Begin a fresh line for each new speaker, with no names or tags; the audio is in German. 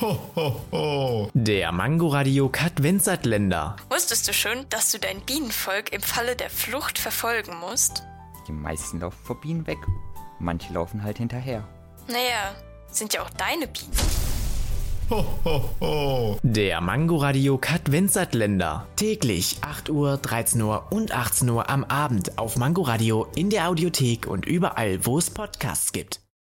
Ho, ho, ho. Der Mangoradiokat Vincent Länder.
Wusstest du schon, dass du dein Bienenvolk im Falle der Flucht verfolgen musst?
Die meisten laufen vor Bienen weg. Manche laufen halt hinterher.
Naja, sind ja auch deine Bienen.
Ho, ho, ho. Der Mangoradiokat Vincent Länder.
Täglich 8 Uhr, 13 Uhr und 18 Uhr am Abend auf Mangoradio in der Audiothek und überall, wo es Podcasts gibt.